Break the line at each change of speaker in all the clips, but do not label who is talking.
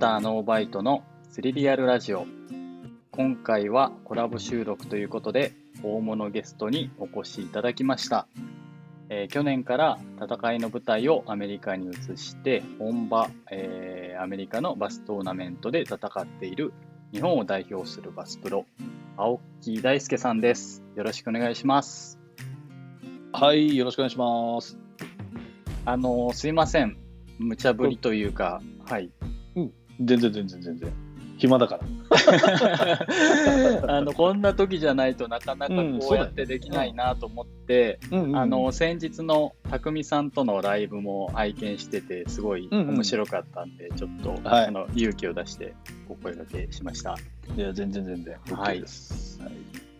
ターノーバイトのスリリアルラジオ今回はコラボ収録ということで大物ゲストにお越しいただきました、えー去年から戦いの舞台をアメリカに移して本場、えーアメリカのバストーナメントで戦っている日本を代表するバスプロ青木大輔さんですよろしくお願いします
はい、よろしくお願いします。
あのーすいません無茶ぶりというかはい
全然全然全然。暇だか ら。
あのこんな時じゃないとなかなか
うん
こうやってできないなと思って、あの、先日の匠さんとのライブも拝見しててすごい
うんうん
面白かったんで、ちょっと、
はい
あの勇気を出してお声掛けしました。
いや、全然全然。
はい
OK です。はい。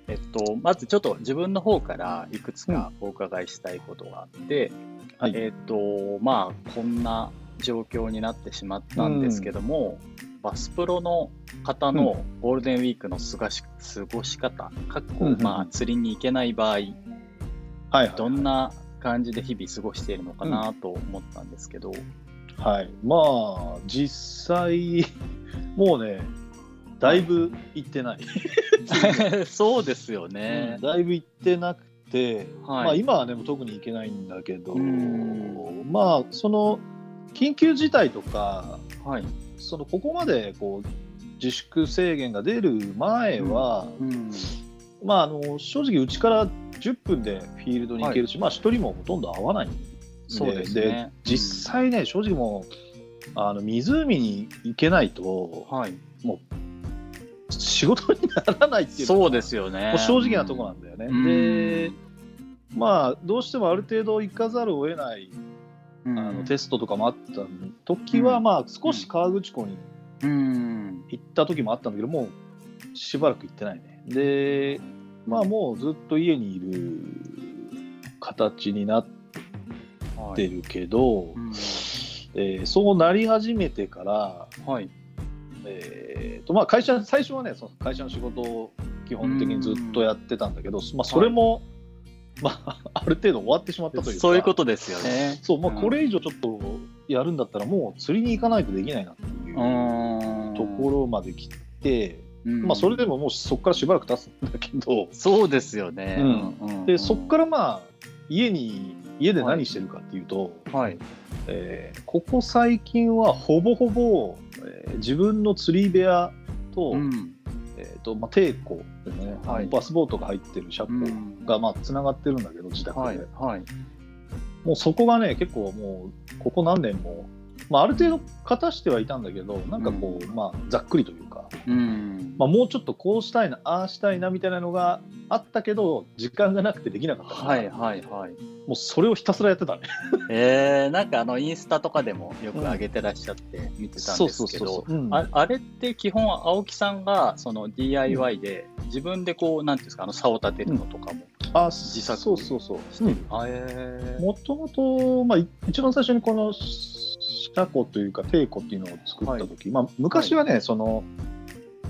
えっと、まずちょっと自分の方からいくつかお伺いしたいことがあって、
はい
えっとまあこんな状況になってしまったんですけども、バスプロの方のゴールデンウィークの過ごし過ごし方かっこ、
うんうんうん
まあ、釣りに行けない場合
はい、はい。
どんな感じで日々過ごしているのかなと思ったんですけ ど、
はい。まあ、実際、 もうね、だいぶ行ってない。
そうですよ
う
ね
ん。だいぶ行ってなくて、
はい
まあ、今はね、もう特に行けないんだけど
うん、
まあ、その、緊急事態とか、
はい、
その、ここまで、こう、自粛制限が出る前は、
うん
まあ、あの正直、うちから10分でフィールドに行けるし、まあ、1人もほとんど会わないんで
そうですね。
実際ね、正直もうあの湖に行けないと、
はい、
仕事にならないっていうのが
そうですよね
もう。正直なとこなんだよね。
うん
で、まあ、どうしてもある程度行かざるを得ない、
うん
あのテストとかもあった時は、
うん
まあ、少し河口湖に
うん
行った時もあったんだけど、もうしばらく行ってないね。で、まあ、もうずっと家にいる形になって。
は
って
い
るけど、
うん
えーそうなり始めてから、
はい、
えーとまあ、会社最初はねその会社の仕事を基本的にずっとやってたんだけど、まあ、それも、まあ、 ある程度終わってしまったというか
そういうことですよね。
そう、まあ、
うん
これ以上ちょっとやるんだったらもう釣りに行かないとできないなっていう
うーん
ところまで来て、
うん
まあ、それでももうそこからしばらく経つんだけど
そうですよね。
うん
うんうん
でそこからまあ家に家で何してるかっていうと。
ら、はい、
えーここ最近はほぼほぼ、えー自分の釣り部屋と,、
うん
えーとまあ、抵抗でね、あの
はい
バスボートが入ってるシャ
う
ッ
ん
プがまあつながってるんだけど自宅で、
はいはい、
もうそこがね結構もうここ何年も、まあ、ある程度勝たしてはいたんだけどなんかこう、まあ、ざっくりというか、
うん
まあ、もうちょっとこうしたいなああしたいなみたいなのがあったけど時間がなくてできなかったから、
はいはいはい。
もうそれをひたすらやってたね。
えー、なんかあのインスタとかでもよく上げてらっしゃって見てたんですけど、
うん
ああれって基本青木さんがその DIY で自分でこうなんていうんですかあの竿を立てるのとかも、
あ
自作
そうそうそう、うん
あえ
もともと、まあ、い一番最初にこの車庫というか、帝庫っていうのを作った時、まあ昔はね、その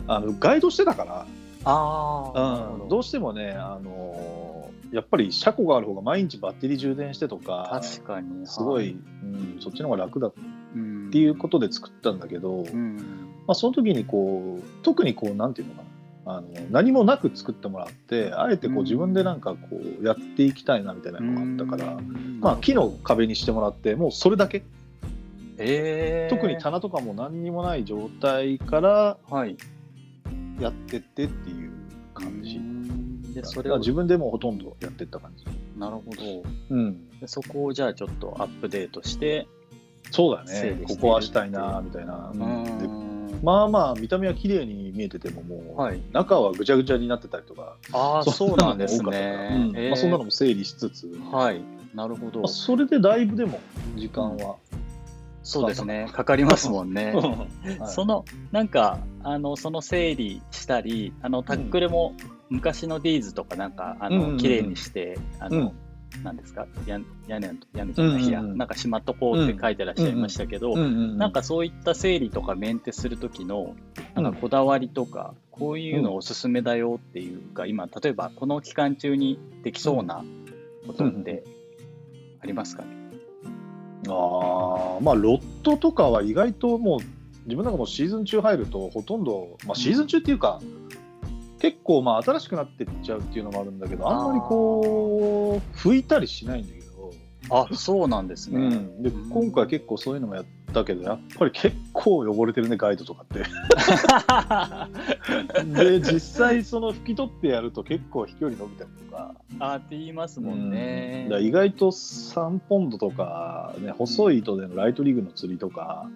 あのガイドしてたか
ああ
ら、うん、どうしてもね、あのーやっぱり車庫がある方が毎日バッテリー充電してとか、
確かに
すご、
はい
うん、そっちの方が楽だっ
って
いうことで作ったんだけど、
う
ま
ん
あ、その時にこう、特にこう、なんていうのかな。あの何もなく作ってもらってあえて
う
こうん自分でなんかこうやっていきたいなみたいなのがあったから、
うん
まあ、木の壁にしてもらってもうそれだけ
えー
特に棚とかも何にもない状態から
はい
やってってっていう感じ、
じで
そ
そ
れ
れ
は
は
自分でもうほとんどやってった感じ、
なるほど
うん、
でそこをじゃあちょっとアップデートして
そうだ
整理してる
ね
ってい
こ
う
こはしたいなみたいな、うんで
うん
まあまあ見た目は綺麗に見えててももう、
はい
中はぐちゃぐちゃになってたりとか
ああそうなんです
そんなのも多かったから
ね
うん
えー
まあ、そんなのも整理しつつ、ま
はいなるほど
あ、それでだいぶでも時間は、
そうですねかかりますもんね
はい
そのなんかあのその整理したりあのタックルも昔のディーズとかなんかあ
うんうんうんう
の
ん
綺麗にしてあ
う
の
ん
なんですか屋屋根の屋根じゃない
うんうんうん
いやなんかしまっとこうって書いてらっしゃいましたけど
うんうんうん
なんかそういった整理とかメンテする時のなんかこだわりとかこういうのおすすめだよっていうか今例えばこの期間中にできそうなことってありますかね
あーまあロットとかは意外ともう自分なんかもうシーズン中入るとほとんど、まあ、シーズン中っていうか、結構まあ新しくなってっちゃうっていうのもあるんだけどあんまりこう拭いたりしないんだけど、
あそうなんです
う
ね、
ん、で
うん
今回結構そういうのもやったけどやっぱり結構汚れてるねガイドとかって
あ
で実際その拭き取ってやると結構飛距離伸びたりとか
ーって言いますもんね
うん、だから意外と3ポンドとか、ね、細い糸でのライトリーグの釣りとか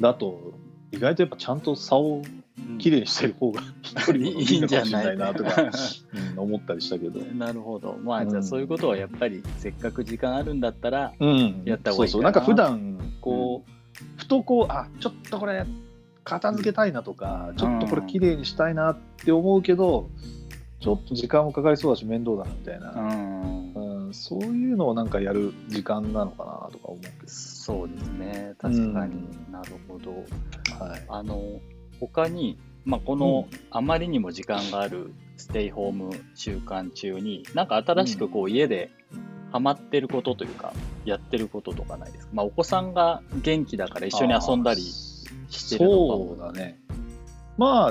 だと意外とやっぱちゃんと
う
竿
ん
きれいにしてる方が 飛距離も伸びるかもしれないなと
いい
か
んじゃない
うん思ったりしたけど。
なるほどまあじゃ
う
あ
ん
そういうことはやっぱりせっかく時間あるんだったら
うん、
やった方がいいかな
そうそうなんか普段こう、ふとこうあちょっとこれ片付けたいなとか、ちょっとこれ綺麗にしたいなって思うけどちょっと時間もかかりそうだし面倒だなみたいうな、
ん
うんそういうのをなんかやる時間なのかなとか思うけ
そうですね確かに、
うん
なるほど
ど、はい、
あの他に、まあ、この、あまりにも時間があるステイホーム週間中になんか新しくこう家でハマってることというか、やってることとかないですか、まあ、お子さんが元気だから一緒に遊んだりしてるのかも
そうだねま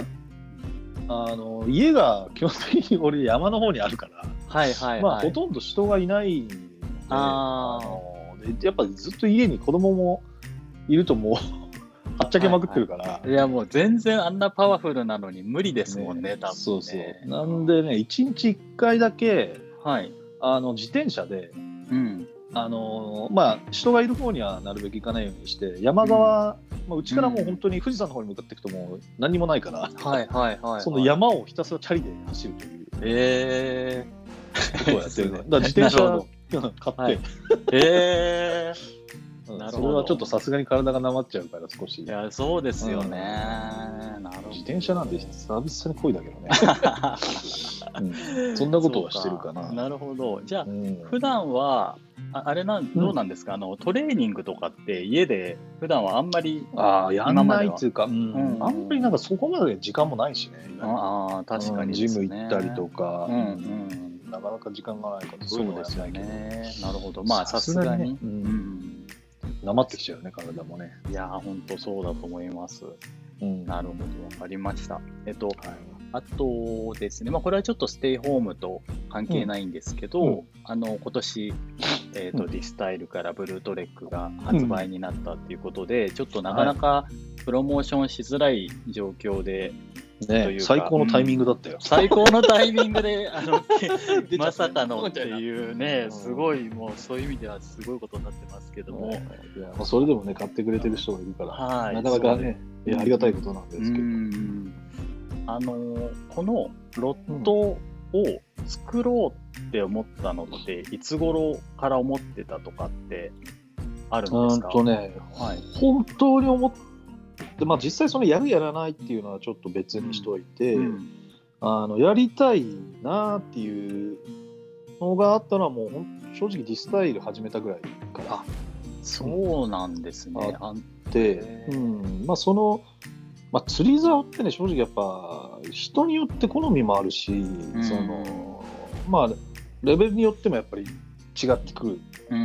ああの家が基本的に俺山の方にあるから、
はいはいはい、
まあほとんど人がいないんで
あー
のでやっぱずっと家に子供もいると もうはっちゃけまくってるから、
いやもう全然あんなパワフルなのに無理ですもんね、多分ね。
そうそうなんでね一日一回だけ
はい。
あの自転車で
うん。
あのまあ人がいる方にはなるべく行かないようにして山側、まあ、うちからもう本当に富士山の方に向かっていくともう何にもないから、
はいはいはい、はい。
その山をひたすらチャリで走るという
え。
ことをやってる ねだから自転車
なる
を買って、
はいー、え
うん
なるほど
それはちょっとさすがに体がなまっちゃうから少し
ー、い。やそうですよね、なるほど
自転車なんて久々にこいだけどね、 うんそんなことはしてるかな
そうなるほどじゃあ、
うん
普段はああれなんどうなんですか、あのトレーニングとかって家で普段はあんまり
ああやんないっていうか、
は
うんあんまりなんかそこまで時間もないしね、
ああ確かにで
ジ
すね、
ム行ったりとか、
うんうん
なかなか時間がないから
そうですよ
いのはやんない
ねなるほどまあさ
さ
す
す
が
が
に
にねうん
うん
けどなまってきちゃうよね体もね、
いやー、本当そうだと思います。
うん
なるほど、わかりました。えっと、
はい
あとですね、まあ、これはちょっとステイホームと関係ないんですけど、
うん
あの今年、えっと
うん
ディスタイルからブルートレックが発売になったっていうことで、ちょっとなかなかプロモーションしづらい状況で、という
ね
か
最高のタイミングだった よ、
最高のタイミング で、あのけ
出ちゃった
まさかのっていうね
う、ん
すごい、もうそういう意味ではすごいことになってますけども。
いやまあそれでもね買ってくれてる人がいるから、
はい
なかなかね
そう
いやありがたいことなんですけど、
うんあのこのロットを作ろうって思ったのって、いつ頃から思ってたとかってあるん
う
で
ー
す
ん
か
とね、
はい
本当に思って、まあ、実際そのやるやらないっていうのはちょっと別にしといて、
うん
あのやりたいなっていうのがあったのはもうほん正直ディスタイル始めたぐらいからあ
そうなんですね。あ
って、
へー
うんまあ、その、まあ、釣り竿ってね正直やっぱ人によって好みもあるし、そのまあレベルによってもやっぱり違ってくる
う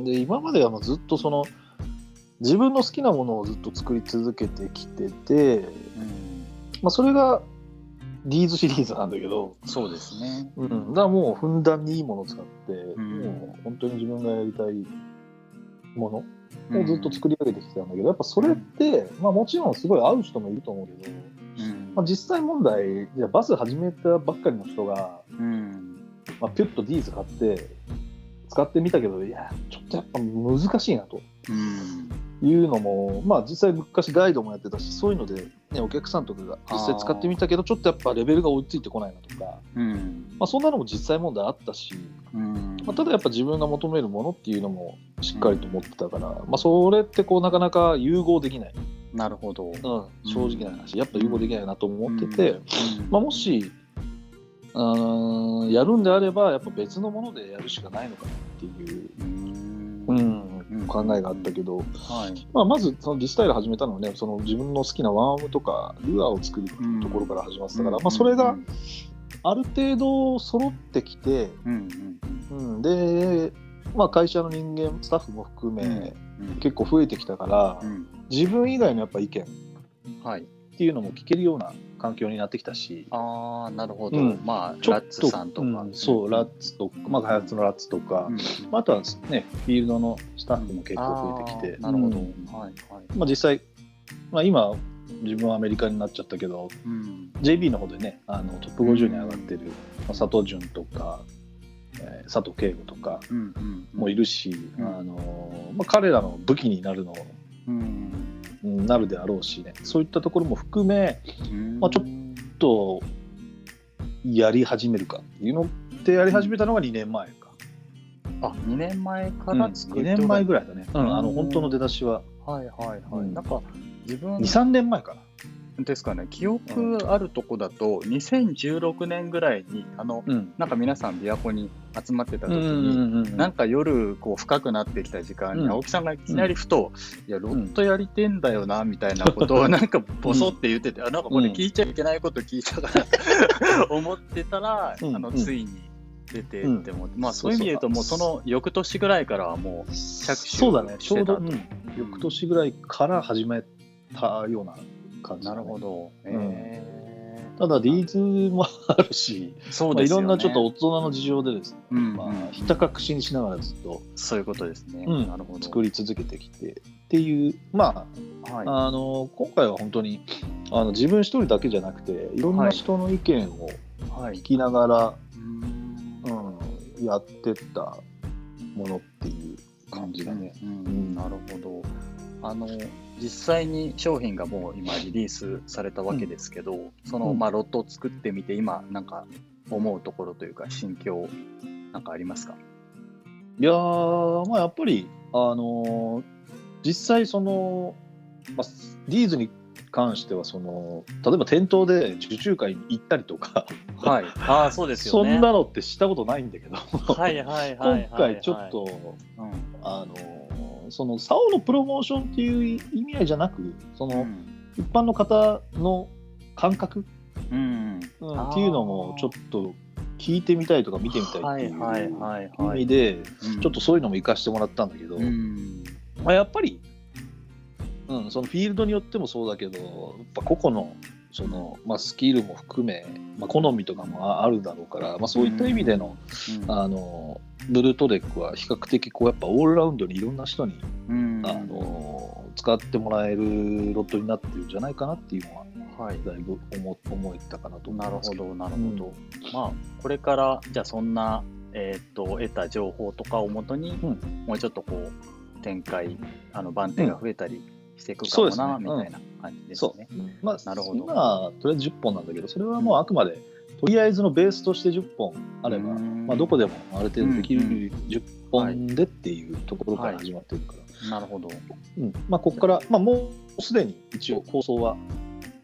ん
で今まではもうずっとその自分の好きなものをずっと作り続けてきてて、
うん
まあ、それがリーズシリーズなんだけど、
そうですね。
うん、だからもうふんだんにいいものを使って、
ん
もう本当に自分がやりたいものをずっと作り上げてきてたんだけど、やっぱそれって、まあ、もちろんすごい合う人もいると思うけど、
うん
まあ、実際問題じゃあバス始めたばっかりの人が、
うん
まあ、ピュッとディーズ買って使ってみたけどいやちょっとやっぱ難しいなと。
うん
いうのも、まあ、実際昔ガイドもやってたしそういうので、ね、お客さんとかが実際使ってみたけどちょっとやっぱレベルが追いついてこないなとか、
うん
まあ、そんなのも実際問題あったし、
うん
まあ、ただやっぱ自分が求めるものっていうのもしっかりと持ってたから、まあ、それってこうなかなか融合できない、
なるほど。
うん、正直な話やっぱ融合できないなと思ってて、
うん
まあ、もしうーんやるんであればやっぱ別のものでやるしかないのかなっていう、
うん
うん、考えがあったけど。
はい
まあ、まずそのディスタイル始めたのはねその自分の好きなワームとかルアーを作るところから始まってたから、まあ、それがある程度揃ってきて、
うんうん
うん、で、まあ、会社の人間スタッフも含め、
うん
結構増えてきたから、
うん
自分以外のやっぱ意見っ
はい。
ていうのも聞けるような環境になってきたし
ああ、なるほど。
うん
まあ、
ちょ
ラ
っ
ッツ
と
さんとか。
うんそうラ
ツ。
ッツとか、まあ、開発のラッツとか、
うん
まあ、あとはねフィールドのスタッフも結構増えてきて
あーなるほど。
うん
はいはい。
まあ、実際、まあ、今自分はアメリカになっちゃったけど
うん
JB の方でねあのトップ50に上がってる、まあ佐藤潤とか、えー佐藤圭吾とか
うんうん
もいるし、
うん
あのまあ、彼らの武器になるの
うん
うんなるであろうしねそういったところも含め
うん
まあちょっとやり始めるかっていうのってやり始めたのが2年前か、
あ2年前か
うん、
ら作
2
っておられる
年前ぐらいだね、うん、あの
うん
本当の出だしは
はいはいはい、
うん
なんか自分
23年前かな、
ですかね記憶あるとこだと2016年ぐらいにあの
うん、
なんか皆さん琵琶湖に集まってた
う
時
ん
に、
うんうん
なんか夜こう深くなってきた時間に、
うん
青木さんがいきなりふと「いやロットやりてんだよな」みたいなことをなんかボソって言ってて、あなんかこれ聞いちゃいけないこと聞いたから 思ってたら、
うん
あの
うん
ついに出てって思って、まあそ
そううそう
いう意味で言うともうその翌年ぐらいからはもう
そうだねちょうど、
し
う
て
ん、翌年ぐらいから始めたような感じだ
な
ね、
るほど、
ん
えー
ただリーズもあるし、
そう
まあ、
で
い
すよ
ろ
ね
んなちょっと大人の事情でですね、
うん
ま
うん
あ、ひた隠しにしながらずっと
そういうことですね、
うん
なるほど
作り続けてきてっていうま
はい
ああの今回は本当にあの自分一人だけじゃなくていろんな人の意見を
は
聞
い
きながら、
うん
うん、やってったものっていう感じだね。
うん
うん
なるほどあの実際に商品がもう今リリースされたわけですけど、その、
うん
まあ、ロットを作ってみて今なんか思うところというか心境なんかありますか
いやー、まあ、やっぱり、あのー実際その、まあ、リーズに関してはその例えば店頭で受注会に行ったりとか、
はいああそうですよ
そ
ね
んなのってしたことないんだけど、
はいはいはいはい、はい、
今回ちょっ、と、
うん
あのーその SAO のプロモーションっていう意味合いじゃなくその、一般の方の感覚、
うん
う
あ
ん
ー
っていうのもちょっと聞いてみたいとか見てみた
はい
って
い
いう
はいはい
意
はい
味で、
うん
ちょっとそういうのも活かしてもらったんだけど、
うん
まあ、やっぱり、うん、そのフィールドによってもそうだけどやっぱ個々のその、まあ、スキルも含め、まあ、好みとかもああるだろうから、まあ、そういった意味での,、
うん
あのブルートレックは比較的こうやっぱオールラウンドにいろんな人に、
うん
あの使ってもらえるロットになってるんじゃないかなっていうのは
はい
だいぶ思思えたかなと思
ないる
ます
ほ
けど。
ど、なるほど。まあ、これから、じゃあそんな、えーっと、得た情報とかをもとに、
うん
もうちょっとこう、展開、あの、番手が増えたりしていくか
そ
も
うですね
な、
うん
みたいな感じですね。
まあ、
なるほど
今はとりあえず10本なんだけどそれはもうあくまでとりあえずのベースとして10本あれば、
うん
まあ、どこでもある程度できる
うんう
10本でっていうところから始まってるから、
なるほど。
うんまあ、ここから、まあ、もうすでに一応構想は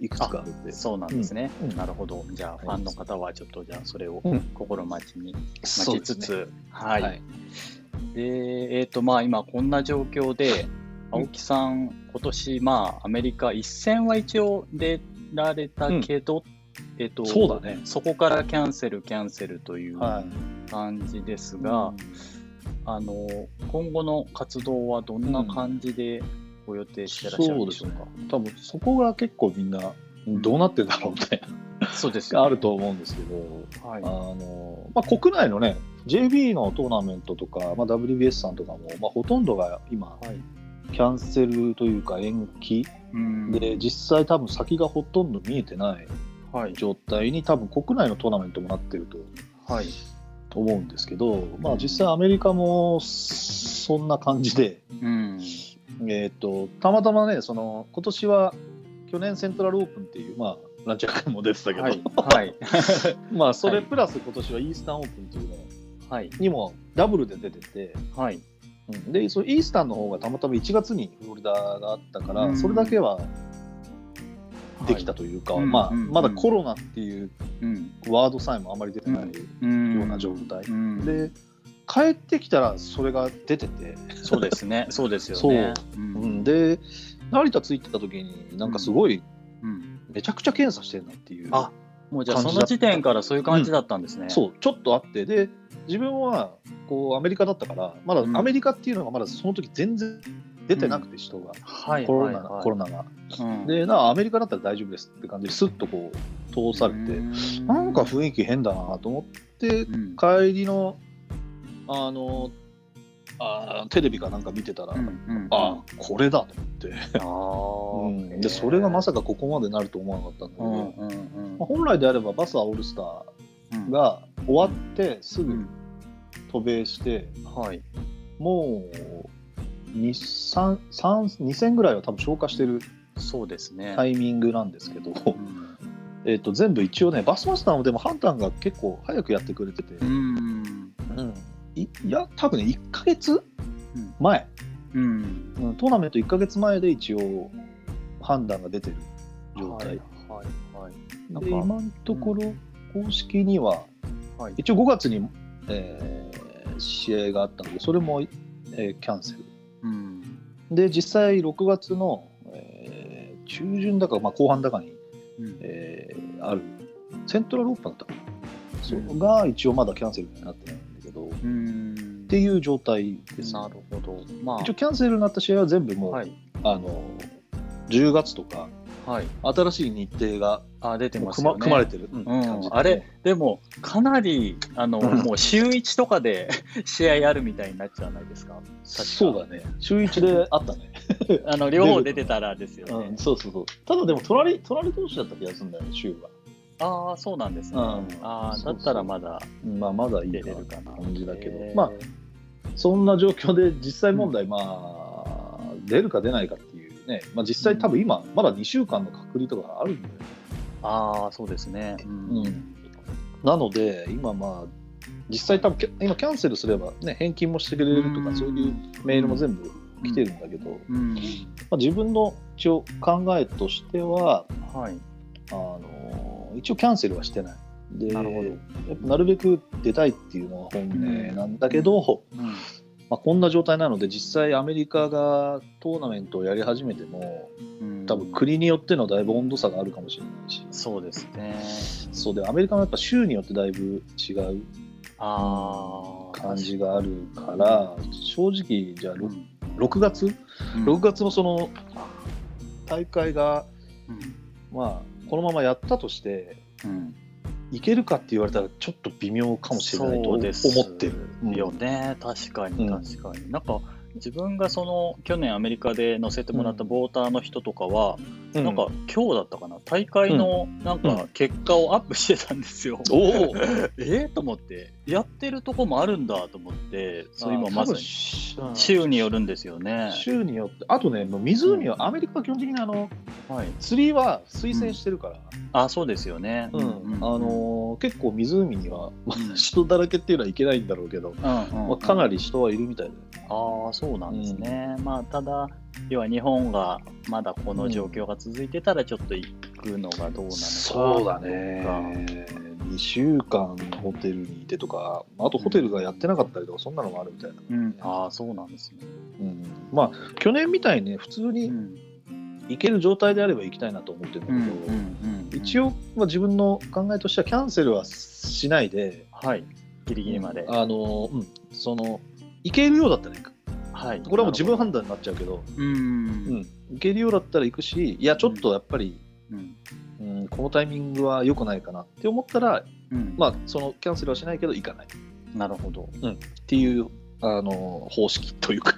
いくつかあるんで
そうなんですね。
うんうん
なるほど。じゃあ、ファンの方は、ちょっと、じゃあ、それを
うん
心待ちに、待
そう
ち
で
つ
すね
つ、はい。
はい
で、えーっと、まあ、今、こんな状況で、青木さん、今年、まあ、アメリカ一戦は一応出られたけど、えーっと、
そうだね
そこからキャンセル、キャンセルという
はい
感じですが、あの今後の活動はどんな感じでご予定してらっしゃるんでしょうか。
多分そこが結構みんなどうなってんだろうね
そうですよね
ある。と思うんですけど
はい
あ。のまあ、国内のね JB のトーナメントとか、まあ、WBS さんとかも、まあ、ほとんどが今
はい。
キャンセルというか延期
うん
で実際多分先がほとんど見えてない
はい。
状態に多分国内のトーナメントもなってると
はい。
思うんですけど、まあ、実際アメリカもそんな感じで、
うん。
えー、とたまたまねその今年は去年セントラルオープンっていう、まあ、ランチャー君も出てたけど、
はい。はい。
まあそれプラス今年はイースタンオープンというの
はい。
にもダブルで出てて。
はい。
うんでそのイースタンの方がたまたま1月にフロリダがあったから、
うん
それだけはできたというか、
はい
まあ
うんうんうん
まだコロナっていう
うん。
ワードさえもあまり出てないよ
うん。
うな状態
う、ん。
で帰ってきたらそれが出てて、
そうです ね。そうですよね。う。
うんん、で成田着いてた時になんかすごい
うん。
めちゃくちゃ検査してるなっていう、
あもうじゃあその時点からそういう感じだったんですね。
そうちょっとあってで自分はこうアメリカだったからまだアメリカっていうのがまだその時全然出てなくて人が、
はい
コロナ、
はい
コロナが。
うん
でなアメリカだったら大丈夫ですって感じですっとこう通されて、
うん
なんか雰囲気変だなと思って
うん
帰りのあのあーテレビかなんか見てたら、
うんうん
ああこれだと思って、
あー
うんでそれがま
さ
さかここまでなると思わなかったんだけ
う
ど、
んうんうん
まあ本来であればバスアオールスター
うん
が終わってす
う
ぐ
ん
渡米して、
はい
もう2 3 3 2000ぐらいは多分消化してる
そうですね
タ
い
イミングなんですけど、えっと全部一応ねバスマスターもでも判断が結構早くやってくれてて、
うん
いいや多分ね1ヶ月
うん
前、
うん
うんトーナメント1ヶ月前で一応判断が出てる状態、
はいはいはいなん
で
か
今のところ公式には、
はい
一応5月に、えー試合があったのでそれも、えーキャンセル
うん
で実際6月の、えー中旬だか、まあ、後半だかに、
うん
えーあるセントラルオープンだったかなそれ
うん
が一応まだキャンセルになってないんだけど、っ
うん
ていう状態です、
なるほどま
一応キャンセルになった試合は全部
あ
もう、
はい
あの10月とか
はい
新しい日程が
あ出て
もう
ます
組ま,、
よね
組まれてる、
うん
感じで
あれでもかなりあの
うん
もう週1とかで 試合あるみたいになっちゃわないですか
そうだね週1であったね、
あの両方出てたらですよ
う
ね
ん、そうそうそうただでも隣隣同士だった気がするんだよね週は、
ああそうなんですね
うん
ああ
そ
だ
うそう
ったらまだ
うんまあ、まだいい
出
か
れ
な
るかな
感じだけど
えー
まあそんな状況で実際問題、まあ出るか出ないかっていうね、まあ、実際多分今まだ2週間の隔離とかあるんだよね
ああそうですねうん
うんなので今まあ実際多分キャ今キャンセルすればね返金もしてくれるとかそういうメールも全部来てるんだけど、
うん
まあ、自分の一応考えとしては
はい
あの一応キャンセルはしてないで
なるほど
やっぱなるべく出たいっていうのが本音なんだけど、
うん
まあ、こんな状態なので実際アメリカがトーナメントをやり始めても
うん
多分国によってのだいぶ温度差があるかもしれないし
そうですね
そうでアメリカのやっぱ州によってだいぶ違う
ああ
感じがあるから正直じゃあ
う
6,
ん
月
うん
6月のその大会が
うん
まあこのままやったとして
うん
いけるかって言われたらちょっと微妙かもしれないと
そう
思っ
です
てる。
よね、確か
う
に
ん
確かに、なんか自分がその去年アメリカで乗せてもらったボーターの人とかは、
う
なんか今日だったかな大会のなんか結果をアップしてたんですよ、
おお
えーと思ってやってるとこもあるんだと思ってそう今まさに
に
州によるんですよね
州によってあとねもう湖は、アメリカは基本的にあの
はい
釣りは推薦してるから、
あそうですよね
うんあのー結構湖には、 まあ、人だらけっていうのはいけないんだろうけど、
うんうん
まあ、かなり人はいるみたいだよね
ああそうなんですね、まあただ要は日本がまだこの状況が続いてたらちょっと行くのがどうなのか
2週間ホテルにいてとかあとホテルがやってなかったりとかそんなのもあるみたいな、
うん、ああそうなんですね、
うんまあ去年みたいにね普通
う
に
ん
行ける状態であれば行きたいなと思ってるんだけど、一
応
応、まあ、自分の考えとしてはキャンセルはしないで、
はいギリギリまで、
あの、うん、その、行けるようだったら行く。
はい
これはもう自分
なる
判断になっちゃうけど、
ほどう
うんん、行けるようだったら行くし、いや、ちょっとやっぱり、
うん
うん、このタイミングは良くないかなって思ったら、
うん
まあ、そのキャンセルはしないけど行かないっ
なるほ ど
ていう、あの、方式というか、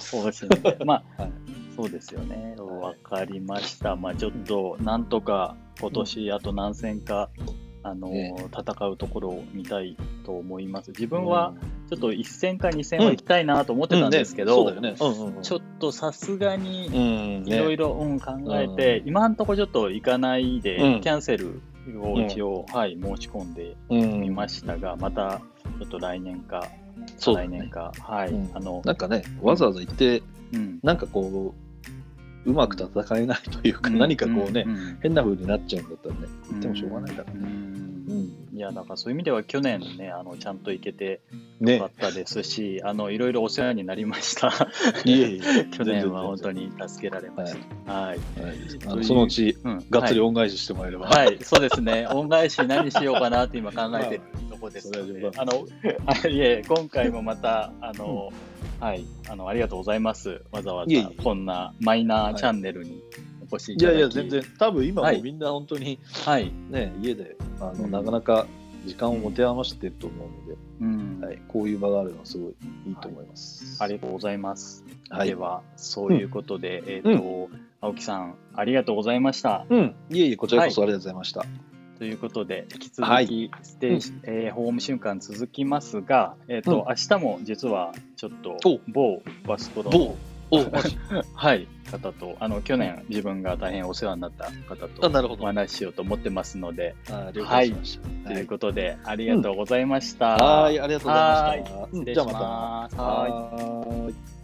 そうですねまあ、
はい
そうですよねわかりましたまあちょっとなんとか今年あと何戦か、あの
え
戦うところを見たいと思います自分は、ちょっと1戦か2戦は行きたいなと思ってたんですけど、
うんねそうだよね。うんうんうん、
ちょっとさすが
う
に
ん、
いろい
ろ、
ろうん考えて、今んとこちょっと行かないで、
うん
キャンセルを一応、はい、申し込んで
うん
みましたが、またちょっと来年か、
そうだ
来
ね
年か、はい、
うん
あの、
なんかね、わざわざ行って、
うん
なんかこう、うまく戦えないというか、 何かこうね、
ん
変な風になっちゃうんだったらね、行ってもしょうがないから
う
ね。
ん
うん
いや、だからそういう意味では去年ね、あのちゃんと行けてよ
ね
かっ、たですし、あのいろいろお世話になりました。
いえいえ、
去年は本当に助けられました。はい。
はい
と
あ
い
の
う
そのうち、
うん
がっつり
は
恩返ししてもらえれば。
い、はいそうですね。恩返し何しようかなって今考えてるとこ歩ですの
それ
で
は、
あの、あいえいえ、今回もまた、あの、はい、あの、ありがとうございます。わざわ
いえい
ざ
え
こんなマイナ
は
ー
い
チャンネルにお越しい
い
ただ
や
き、
いや、全然、多分今
は
も
い
みんな本当に
はい、
ね、家で、あの、
うん
なかなか時間を持て余してると思うので、
うん、
はい、こういう場があるのはすごいいいと思います。
ありがとうございます。
はい
では、そういうことで、えっ、と、青木さん、ありがとうございました。
うん、いえいえ、こちらこそありがとうございました。
ということで、引き続き、
はい
ステージ、えーホーム瞬間続きますが、えっ、と、
うん
明日も実はちょっと
お、
某バスコロの
某、お、マジ
はい、方と、あの、去年自分が大変お世話になった方
あ、
と
なるほ
お
ど。あ、
話ししようと思ってますので、
了解しました。
と
はい
いうことで、ありがとうございました。
はい、ありがとうございました。
は
う
失
ん
礼
じゃ
し
あま
ます。
た。
はい
はーい。